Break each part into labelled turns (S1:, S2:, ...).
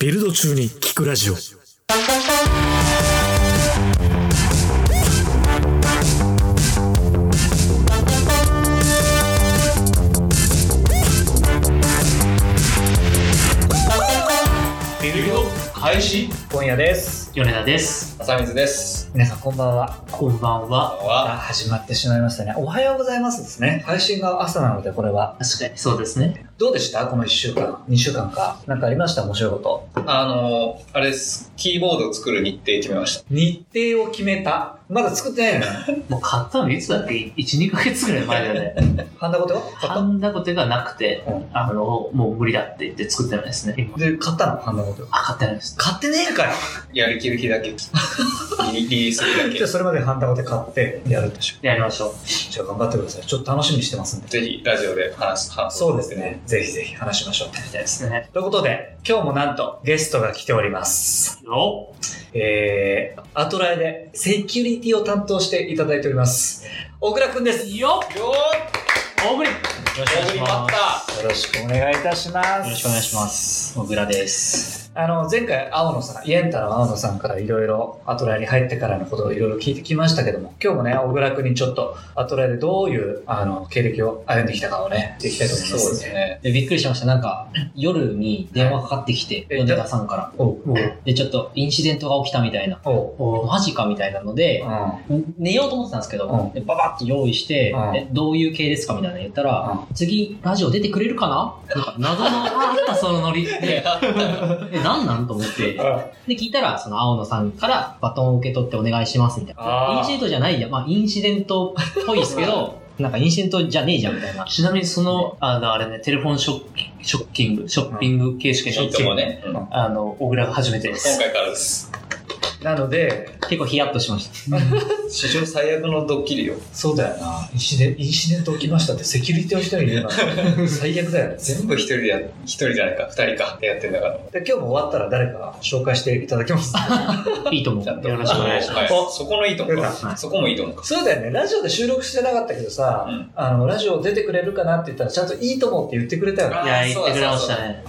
S1: ビルド中に聞くラジオ。
S2: ビルド開始
S3: 今夜です。
S2: 米田です。
S4: 浅水です。
S3: 皆さんこんばんは。
S2: こんばんは。
S4: こんばんは
S3: あ始まってしまいましたね。おはようございますですね。配信が朝なので、これは。
S2: 確かに、そうですね。
S3: どうでしたこの1週間、2週間か。なんかありました面白いこと。
S4: あのー、あれです。キーボードを作る日程決めました。
S3: 日程を決めた。まだ作ってないの よね。
S2: もう買ったのいつだっけ ?1、2ヶ月ぐらい前だよ ね。
S3: ハンダコテは買
S2: ハ
S3: っ
S2: ンダコテがなくて
S3: うん、
S2: あの、もう無理だって言って作ってないですね。今
S3: たで、買ったのハンダコテは。
S2: あ、買ってないです。
S3: 買ってねえから。
S4: やりきる日だけ。リリリース日だ
S3: じゃあ
S4: け。
S3: それまでハンダコテ買ってやるでしょ。
S2: やりましょう。
S3: じゃあ頑張ってください。ちょっと楽しみにしてますんで。
S4: ぜひ、ラジオで話す、話
S3: そうです。ね。ぜひぜひ話しましょう。
S2: みたいですね。
S3: ということで、今日もなんとゲストが来ております。
S2: よっ
S3: えー、アトラエでセキュリティを担当していただいております。小倉くんです。よ
S2: よっ
S4: よ
S2: 大栗
S4: ーっ大バッタ
S3: ろしくお願いいたします。
S2: よろしくお願いします。小倉です。
S3: あの、前回、青野さん、イエンタの青野さんからいろいろアトラエに入ってからのことをいろいろ聞いてきましたけども、今日もね、小倉くんにちょっとアトラエでどういう、あの、経歴を歩んできたかをね、聞きたいと思い
S4: そ
S3: ま
S4: う
S3: す。
S4: ですね。
S5: でびっくりしました。なんか、夜に電話かかってきて、
S3: え
S5: 米田さんから。
S3: おう、
S2: お
S5: で、ちょっとインシデントが起きたみたいな。
S3: おう、
S2: お
S5: マジかみたいなので
S3: う、ん、
S5: 寝ようと思ってたんですけ
S3: う
S5: ど
S3: ん、
S5: でババッと用意して
S3: う、ん
S5: えどういう系ですかみたいなの言ったら、次、ラジオ出てくれるかななんか、謎の、あったそのノリ。 で、え、なんなんと思って。で、聞いたら、その青野さんからバトンを受け取ってお願いしますみたいな。イ
S3: あー
S5: ンシデントじゃないや。まあ、インシデントっぽいです けど、なんかインシデントじゃねえじゃんみたいな。
S2: ちなみにその、あの、あれね、テレフォンショッキショッキング、ショッピング形式
S4: ヒ
S2: の
S4: ントもね、うん今
S2: あの、小倉が初めてです。
S4: 回からです。
S3: なので、
S5: 結構ヒヤッとしました。
S4: 史上最悪のドッキリよ。
S3: そうだよな、インシデンインシデント起きましたってセキュリティを一人に言うなん て最悪だよね。
S4: 全部一人でや、一人じゃないか、二人か、でやってんだから。
S3: で今日も終わったら誰か紹介していただきます。
S5: いいと思う。
S2: よろしくお願いします。
S4: はい
S3: お
S4: そこのいいとこ
S3: 出
S4: か
S3: た。
S5: はい
S4: そこもいいとこか。
S3: そうだよね。ラジオで収録してなかったけどさ、
S4: うん
S3: あの、ラジオ出てくれるかなって言ったら、ちゃんといいと思うって言ってくれたよね。
S2: いや、言ってくれましたね。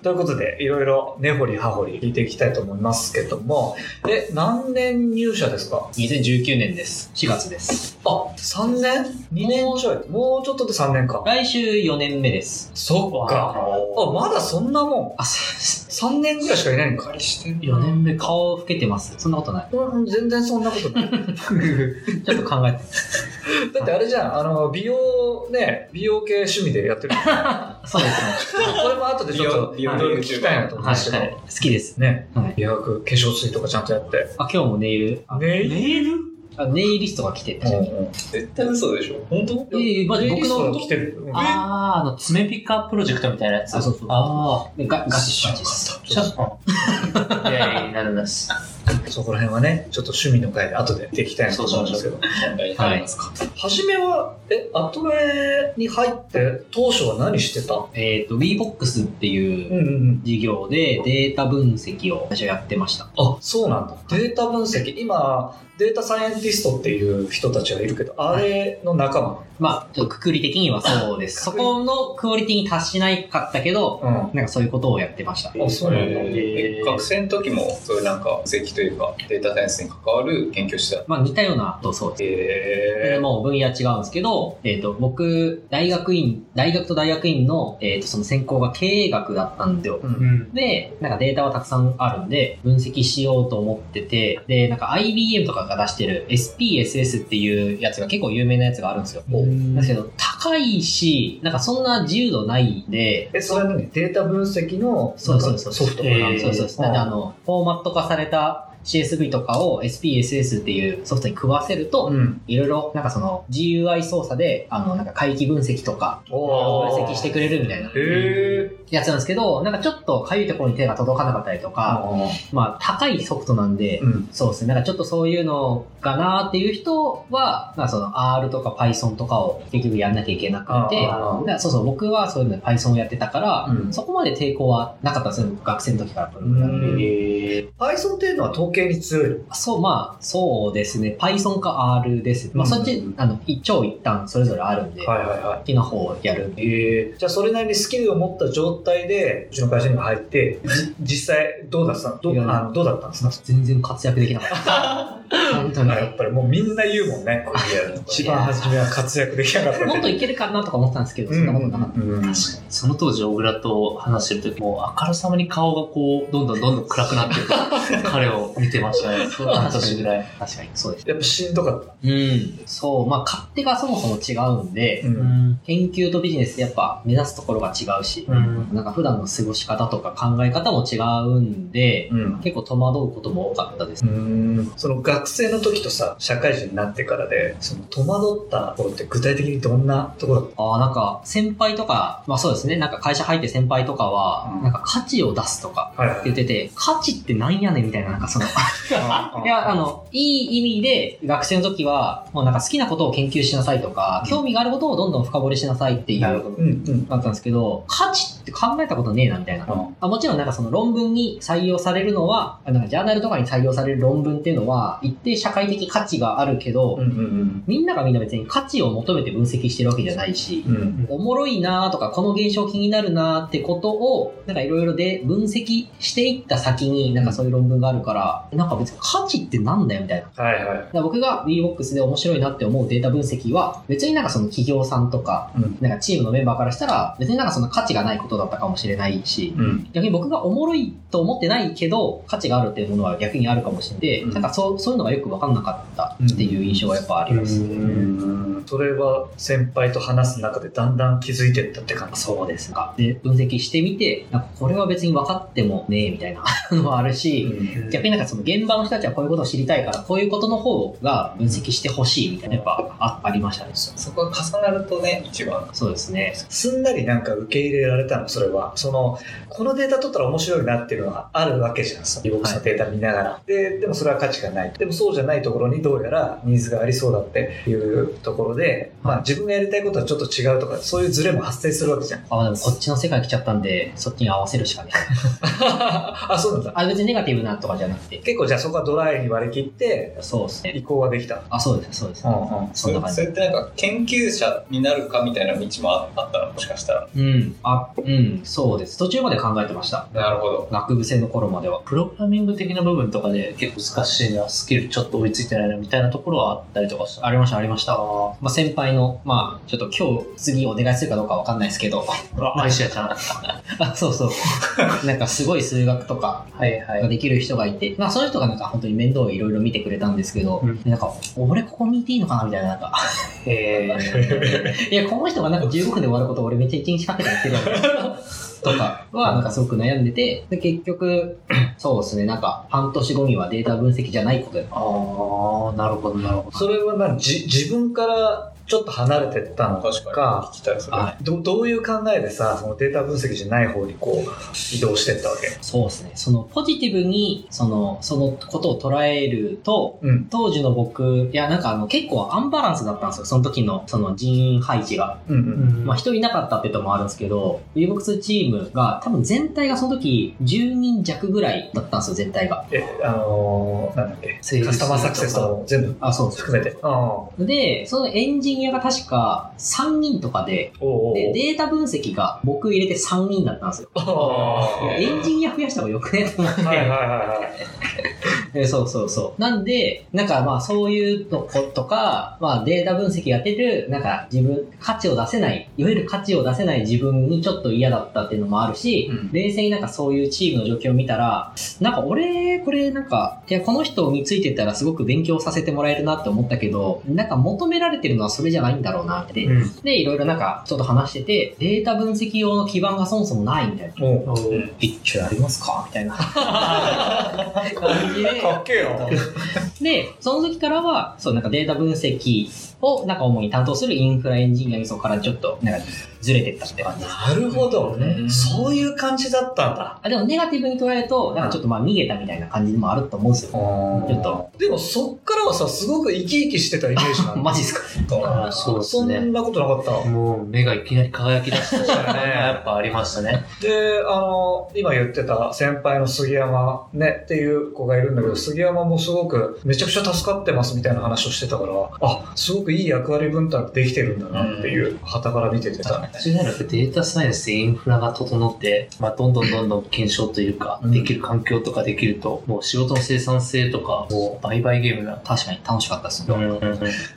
S3: ということで、いろいろ根掘り葉掘り聞いていきたいと思いますけども、え、何年入社ですか
S5: 2019年です。4月です。
S3: あ、3年 ?2 年ちょい。もうちょっとで3年か。
S5: 来週4年目です。
S3: そっか。あ、まだそんなもん。
S5: あ、そう
S3: 3年ぐらいしかいないんか。
S4: 彼氏してん
S5: 4年目顔老けてます。そんなこ とない。
S3: うん、全然そんなことない。
S5: ちょっと考えて。
S3: だってあれじゃん、あの、美容ね、美容系趣味でやってる。
S5: そうです
S3: これも後でちょっと、
S4: 美
S3: い
S4: 容美容
S3: ろいろ聞きたいなと
S5: ね。
S3: 思うんですけ
S5: 確
S3: ど
S5: かに。。好きです。
S3: ね、
S5: はい。
S3: 美白化粧水とかちゃんとやって。
S5: あ、今日もネイル。あ
S3: ね
S2: メール
S5: あネイリストが来て。
S4: 絶対嘘でしょ。本当
S5: ええ、まじ僕の
S3: 来てる。うん
S2: あー、あの、爪ピカプロジェクトみたいなやつ。
S5: あそうそう
S2: あ
S5: でガガチガチ
S3: 知
S5: で
S3: ら
S5: す
S3: な。かっ
S2: ー、ちょっと。いやいや、なるなす。
S3: そこら辺はね、ちょっと趣味の回で後でできたいなと思うんですけど。
S4: 問題になりますか。
S3: 初めは、え、アトレに入って当初は何してたう
S5: えっと、WeBox っていうん
S3: うん。
S5: 事業でデータ分析を最初やってました。
S3: あ、そうなんだ。データ分析。今、データサイエンティストっていう人たちがいるけど、あれの仲間。
S5: まあ、ちょっとくくり的にはそうです。そこのクオリティに達しないかったけど、
S3: うん。
S5: なんかそういうことをやってました。
S3: あ、そうなんだ。
S4: えー学生の時もそういうなんか正規というかデータサイエンスに関わる研究してた
S5: まあ似たようなとそうです。
S4: え
S5: でもう分野違うんですけど、えっ、と、僕、大学院、大学と大学院の、えっ、と、その専攻が経営学だったんですよ。
S3: うん
S2: ん。
S5: で、なんかデータはたくさんあるんで、分析しようと思ってて、で、なんか IBM とかが出してる SPSS っていうやつが結構有名なやつがあるんですよ。
S3: うん
S5: ですけど、高いし、なんかそんな自由度ないんで、
S3: え、それは何データ分析の
S5: そうそうそう
S3: ソフトか
S2: え
S3: な
S2: ー
S5: そうそうそ
S3: う
S5: う。
S3: ん
S5: なんであの、フォーマット化された CSV とかを SPSS っていうソフトに食わせると、
S3: うん。
S5: いろいろ、なんかその GUI 操作で、あの、なんか回帰分析とか、
S3: お
S5: 分
S3: ー
S5: 析してくれるみたい
S3: へ
S5: な
S3: ー
S5: やつなんですけど、なんかちょっとかゆいところに手が届かなかったりとか、まあ、高いソフトなんで、
S3: うん。
S5: そうですね、なんかちょっとそういうのかなっていう人は、まあその R とか Python とかを結局やんなきゃいけなくて、
S3: あー
S5: だからそうそう、僕はそういうので Python をやってたから、
S3: うん
S5: そこまで抵抗はなかったんですよ、学生の時から。
S3: うん Python っていうのは統系に強いの。
S5: そう、まあ、そうですね。Python か R です。ま
S3: う
S5: あ、
S3: ん
S5: そっち、あの、一長一短それぞれあるんで、
S3: はいはいは
S5: 好きな方をやる。
S3: い。えー、じゃあそれなりにスキルを持った状態でうちの会社にも入ってじ実際どうだったどう
S5: いや
S3: あのどうだったんですか
S5: 全然活躍できなか った。本当に。
S3: やっぱりもうみんな言うもんね一番初めは活躍できなかった
S5: もっといけるかなとか思ってたんですけど、そんなことなかった。
S3: うんうん
S2: 確かに。その当時、小倉と話してる時も、あからさまに顔がこう、どんどんどんどん暗くなっていく 彼を見てましたね。
S5: そう
S2: 半年ぐらい。
S5: 確かに、そうです。
S3: やっぱしんどかった
S5: うん。そう、まあ、勝手がそもそも違うんで、
S3: うん
S2: ん。
S5: 研究とビジネスでやっぱ目指すところが違うし、
S2: うん
S5: なんか普段の過ごし方とか考え方も違うんで、
S3: うん
S5: 結構戸惑うことも多かったです。
S3: うんその学生の時とさ社会人になってからでその戸惑ったところって具体的にどんなところだっ
S5: ああ、なんか先輩とか、まあそうですね、なんか会社入って先輩とかは、
S3: うん
S5: なんか価値を出すとか
S3: たはい
S5: って言ってて、価値ってなんやねんみたいな、なんかその、いや、あの、いい意味で学生の時は、もうなんか好きなことを研究しなさいとか、
S3: うん
S5: 興味があることをどんどん深掘りしなさいっていう、
S3: な
S5: だ
S3: る
S5: っ
S3: ほどうんうん
S5: たんですけど、価値って考えたことねえなみたいな。あもちろんなんかその論文に採用されるのは、あなんかジャーナルとかに採用される論文っていうのは、一定社会的価値があるけど、
S3: うんうん
S5: みんながみんな別に価値を求めて分析してるわけじゃないし、
S3: うんうん
S5: おもろいなーとか、この現象気になるなーってことを、なんかいろいろで分析していった先に、なんかそういう論文があるから、なんか別に価値ってなんだよみたいな。だか
S3: はいはい
S5: ら僕が WeBox で面白いなって思うデータ分析は、別になんかその企業さんとか、
S3: うん
S5: なんかチームのメンバーからしたら、別になんかその価値がないことだったかもしれないし、
S3: うん
S5: 逆に僕がおもろいと思ってないけど価値があるっていうものは逆にあるかもしれない、
S3: うん
S5: なんかそうそういうのがよく分かんなかったっていう印象はやっぱあります、
S3: うんそれは先輩と話す中でだんだん気づいてったって感じ
S5: そうですかで分析してみてなんかこれは別に分かってもねえみたいな のもあるし、
S3: うん
S5: 逆になんかその現場の人たちはこういうことを知りたいからこういうことの方が分析してほしいみたいなやっぱあありましたね
S4: そこが重なるとね、一番。
S5: そうですね
S3: すんなりなんか受け入れられたのそれはそのこのデータ取ったら面白いなっていうのがあるわけじゃんそのリボックスのデータ見ながら、ででもそれは価値がないでもそうじゃないところにどうやらニーズがありそうだっていうところで、まあ、自分がやりたいことはちょっと違うとかそういうズレも発生するわけじゃん
S5: あでもこっちの世界来ちゃったんでそっちに合わせるしかね
S3: あそうなんだ
S5: あ別にネガティブなとかじゃなくて
S3: 結構じゃあそこはドライに割り切って
S5: そうですね
S3: 移行はできた
S5: あそうですそうです
S3: んうん
S5: そ
S4: そ
S5: ん
S4: れ
S5: な感じ
S4: それってなんか研究者になるかみたいな道もああったらもしかしたら。
S5: うん、あ、うん、そうです。途中まで考えてました。
S4: なるほど。
S5: 学部生の頃までは。
S2: プログラミング的な部分とかで結構難しいな、スキルちょっと追いついてないな、みたいなところはあったりとかした。
S5: ありました、ありました。まあ、先輩の、まあ、ちょっと今日、次お願いするかどうかわかんないですけど、
S2: あ、石谷ちゃん。
S5: あそうそう。なんかすごい数学とか
S2: はいは
S5: が。できる人がいて、まあ、その人がなんか本当に面倒をいろいろ見てくれたんですけど、
S2: うん
S5: なんか、俺ここにいていいのかなみたいな、なんか、
S2: え
S5: いや、この人がなんか15分で終わることを俺めっちゃ1日かけてやってる やんとかは、なんかすごく悩んでて、で、結局、 そうですね、なんか、半年後にはデータ分析じゃないことで
S2: ー、ああ、なるほど、なるほど。
S3: それはなじ自分からちょっと離れてったの
S4: 確かに。
S3: か
S4: 聞きたい、それ。
S5: は
S3: どどういう考えでさそのデータ分析じゃない方にこう移動してったわけ
S5: そうですね。そのポジティブに、その、そのことを捉えると、
S3: うん
S5: 当時の僕、いや、なんかあの、結構アンバランスだったんですよ。その時の、その人員配置が。
S3: うんうん
S5: まあ、一人いなかったってともあるんですけど、VBOX チームが、多分全体がその時、10人弱ぐらいだったんですよ、全体が。
S3: えあのー、なんだっけ
S2: セー
S3: カ
S2: ルス
S3: ス
S2: と
S3: タ
S2: か
S3: マーサクセスとかも全部
S5: あ、そう
S3: 含めてうんおう
S5: で、そのエンジニアが確か3人とかで、
S3: おうおう
S5: で、データ分析が僕入れて3人だったんですよ。
S3: あ
S4: え
S5: エンジニア増やした方がよくねと思って
S3: ーはいはいはいはい
S5: えーそうそうそう。なんで、なんかまあそういうのことか、まあデータ分析が出る、なんか自分、価値を出せない、いわゆる価値を出せない自分にちょっと嫌だったっていうのもあるし、
S3: うん
S5: 冷静になんかそういうチームの状況を見たら、なんか俺、これなんか、いやこの人についてたらすごく勉強させてもらえるなって思ったけど、なんか求められてるのはそれじゃないんだろうなって。
S3: うん
S5: で、いろいろなんかちょっと話してて、データ分析用の基盤がそもそもないみたいな。
S3: おう
S2: おー
S5: ピッチュありますかみたいな。感じで
S3: かっけえよ
S5: で、その時からは、そう、なんかデータ分析を、なんか主に担当するインフラエンジニアにそこからちょっと、なんかずれてったって感じです。
S3: なるほどね、
S4: うん
S3: そういう感じだったんだ。
S5: あでもネガティブに捉えると、なんかちょっとまあ逃げたみたいな感じもあると思うんですよ。ちょっと
S3: でもそっからはさ、すごく生き生きしてたイメ ージなんだ
S5: マジっすか
S2: あーそうです
S3: そ
S2: ね
S3: んなことなかった。
S2: もう目がいきなり輝き出した瞬間が
S3: ね
S2: やっぱありましたね。
S3: で、あの、今言ってた先輩の杉山ねっていう子がいるんだけど、杉山もすごくめちゃくちゃ助かってますみたいな話をしてたから、あ、すごくいい役割分担できてるんだなっていう、旗から見ててたね。
S2: そうじゃなくデータサイエンスでインフラが整って、まあ、どんどんどんどん検証というか、
S3: うん
S2: できる環境とかできると、もう仕事の生産性とか、もう倍々ゲームだ。
S5: 確かに楽しかったです
S2: う
S5: ね。
S2: んうん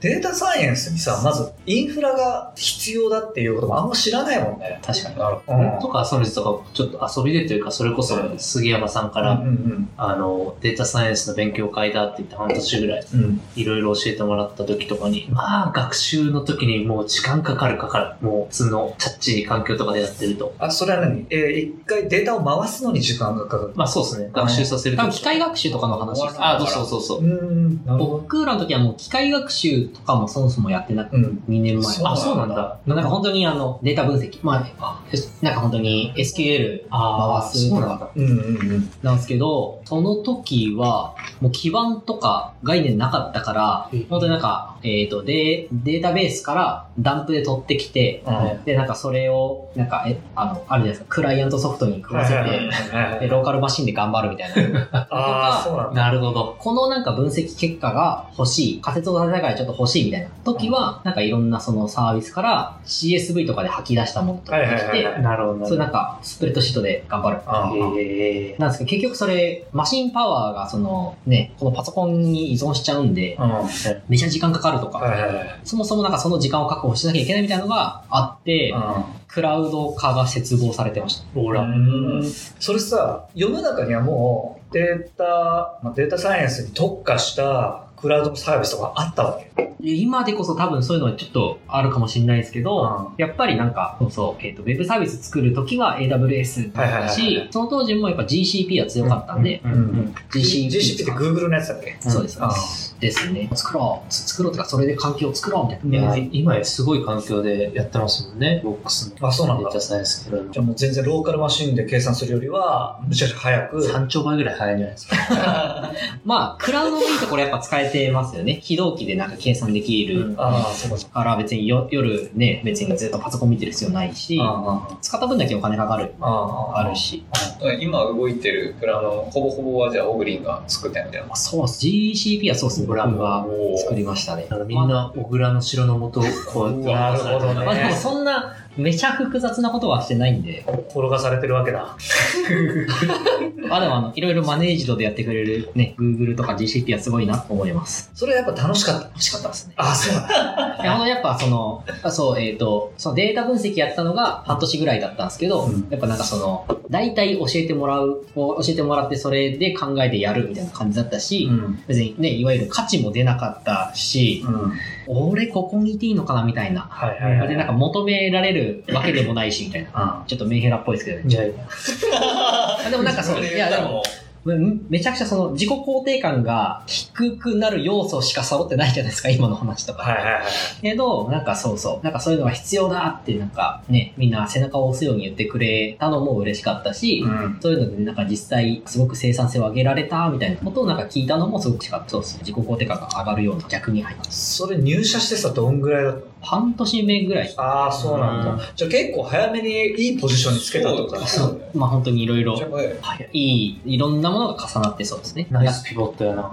S3: データサイエンスにさ、まずインフラが必要だっていうこともあんま知らないもんね。
S2: 確かに。
S4: なるほ
S3: うん
S2: とか、遊びでとか、ちょっと遊びでというか、それこそ杉山さんから、
S3: うんうん
S2: あの、データサイエンスの勉強会だって言って半年ぐらい、
S3: うんうん
S2: いろいろ教えてもらった時とかに、まあ、学習の時にもう時間かかるかかる。もう、普通のチャッチー環境とかでやってると。
S3: あ、それは何えー一回データを回すのに時間がかかる。
S2: まあ、そうですね。学習させる
S5: 多
S2: と
S5: 分機械学習とかの話です。
S2: あ、そうそうそうそう
S3: う。ん、なるほど。
S5: 僕らの時はもう機械学習とかもそもそもやってなくて、
S3: うん。
S5: 2年前
S3: そう。
S2: あ、そうなんだ。
S5: なんか本当にあの、データ分析。まあ、なんか本当に SQL
S2: あ
S5: 回すと
S2: そうなん
S5: か
S2: だ。
S3: うんうんうん。
S5: なんですけど、その時は、もう基盤とか概念なかったから
S2: うん、
S5: 本当になんか、えっ、とデ、データベースからダンプで取ってきて、
S3: うん
S5: で、なんかそれを、なんか、え、あの、あるじゃないですか、クライアントソフトに食わせ
S3: はいはい
S5: て、
S3: はいは
S5: で、
S3: い
S5: ローカルマシンで頑張るみたいな。
S3: ああ、そう なんだ。
S2: なるほど。
S5: このなんか分析結果が欲しい、仮説を立てながらちょっと欲しいみたいな時は、なんかいろんなそのサービスから CSV とかで吐き出したものとか
S3: はい
S5: で
S3: はい
S5: き
S3: はいは
S5: て
S3: い、
S2: なるほど。
S5: そういうなんかスプレッドシートで頑張る。
S3: あー
S2: えー
S5: なんですけど、結局それ、マシンパワーが、そのね、このパソコンに依存しちゃうんで、
S3: うん。
S5: めちゃ時間かかるとか、
S3: はいはいはい。
S5: そもそもなんかその時間を確保しなきゃいけないみたいなのがあって、クラウド化が切望されてました。
S2: ほ
S3: う
S2: ら。
S3: んそれさ、世の中にはもうデータ、まあ、データサイエンスに特化したクラウドのサービスとかあったわけ。
S5: で今でこそ多分そういうのはちょっとあるかもしれないですけど、やっぱりなんか、そうそう、えっ、と、ウェブサービス作るときは
S3: はいはい
S5: AWS だ
S3: はいは
S5: し、その当時もやっぱ GCP は強かったんで、
S2: うん
S3: うん、
S5: GCP,
S3: GCP って Google のやつだっけ
S5: そうです
S3: あ
S5: ですね。作ろう、作ろうとか、それで環境を作ろうみたい
S2: い
S5: な。
S2: や今やすごい環境でやってますもんね、ボックスの
S3: あ、そうなん
S2: デー
S3: だ。
S2: タサイエンスの
S3: じゃあもう全然ローカルマシンで計算するよりは、むちゃくちゃ早く。
S2: 3兆倍ぐらい早いんじゃないですか。
S5: まあ、クラウドのいいところやっぱ使えてますよね。非同期でなんか計算できる
S3: ああ、そうかそう
S5: から別によ夜ね、別にずっとパソコン見てる必要ないし
S3: か。、あ
S5: 使った分だけお金かかる、
S3: あ、ああ、
S5: あるし。
S4: ど。今動いてるプラのほぼほぼはじゃあオグリンが作ってみたいな。
S5: まあ、そうっす。GCP はそうですね、ブラムは
S4: お
S5: 作りましたね。
S2: なんかみんな、小倉の城のもと、こう、
S3: うわ
S2: 流されてる
S3: なるほど
S5: まあ
S3: ね
S5: でもそんな、めちゃ複雑なことはしてないんで、
S3: 転がされてるわけだ。
S5: まあでもあの、いろいろマネージドでやってくれるね、Google とか GCP はすごいなと思います。
S3: それはやっぱ楽しかった。
S5: 欲しかったですね。
S3: ああ、そうなんだ。
S5: いやあのやっぱその、あそう、えっ、と、そのデータ分析やったのが半年ぐらいだったんですけど、
S3: うん
S5: やっぱなんかその、大体教えてもらう、教えてもらってそれで考えてやるみたいな感じだったし、
S3: うん。
S5: 別にね、いわゆる価値も出なかったし、
S3: うん。
S5: 俺ここにいていいのかなみたいな。
S3: はいはいはい。
S5: で、なんか求められるわけでもないし、みたいな。
S3: か、
S5: ちょっとメンヘラっぽいですけどね。
S2: じゃ
S5: あでもなんかそう、いやでも、めちゃくちゃその自己肯定感が低くなる要素しか揃ってないじゃないですか、今の話とか。
S3: はいはいはい。
S5: けど、なんかそうそう、なんかそういうのが必要だって、なんかね、みんな背中を押すように言ってくれたのも嬉しかったし、
S3: ん。
S5: そういうので、なんか実際、すごく生産性を上げられたみたいなことをなんか聞いたのもすごくしかった。そうですね。自己肯定感が上がるような逆に入った。
S3: それ入社してさ、どんぐらいだった
S5: 半年目ぐらい。
S3: ああ、そうなんだ。じゃあ結構早めにいいポジションにつけたってことか。
S4: そう
S5: そうまあ本当にいろいろ
S4: めちゃ、早 い
S5: はいいい、いろんなものが重なってそうですね。
S2: ナイスピボットやな。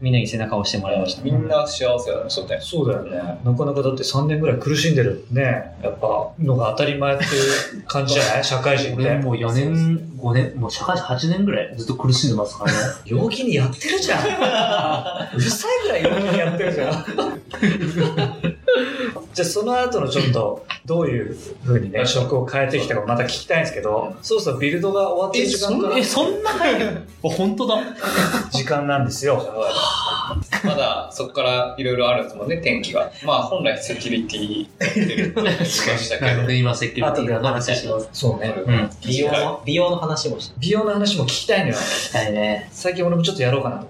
S5: みんなに背中を押してもらいました。
S4: みんな幸せだね、そうだよね。
S3: そうだよね。なかなかだって3年ぐらい苦しんでるね。やっぱ、のが当たり前っていう感じじゃ ない社会人っ
S2: 俺
S3: て。
S2: もう4年、5年、もう社会人8年ぐらいずっと苦しんでますからね。
S3: 陽気にやってるじゃ ん。うるさいぐらい陽気にやってるじゃん。 じゃあその後のちょっと、どういう風にね、職を変えてきたかまた聞きたいんですけど、そろそろビルドが終わってる時間から、
S2: そんな早い あ、本当だ。
S3: 時間なんですよ。
S4: まだそこからいろいろあるんですもんね、天気が。まあ本来セキュリティやってるって言いましたけ
S2: な
S4: ど
S2: ん。で今、セキュリティの話します。
S3: そうね。
S2: うん。
S5: 美容の、美容の話もして。
S3: 美容の話も聞きたいのよ。
S2: したいね。
S3: 最近俺もちょっとやろうかなと。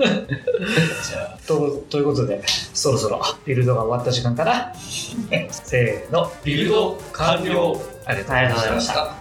S4: じゃ
S3: とということでそろそろビルドが終わった時間かなせーの
S4: あ、ビルド完了
S3: ありがとうござ
S2: あ
S3: いま
S2: りがとうご
S3: し
S2: ざい
S3: た
S2: ました。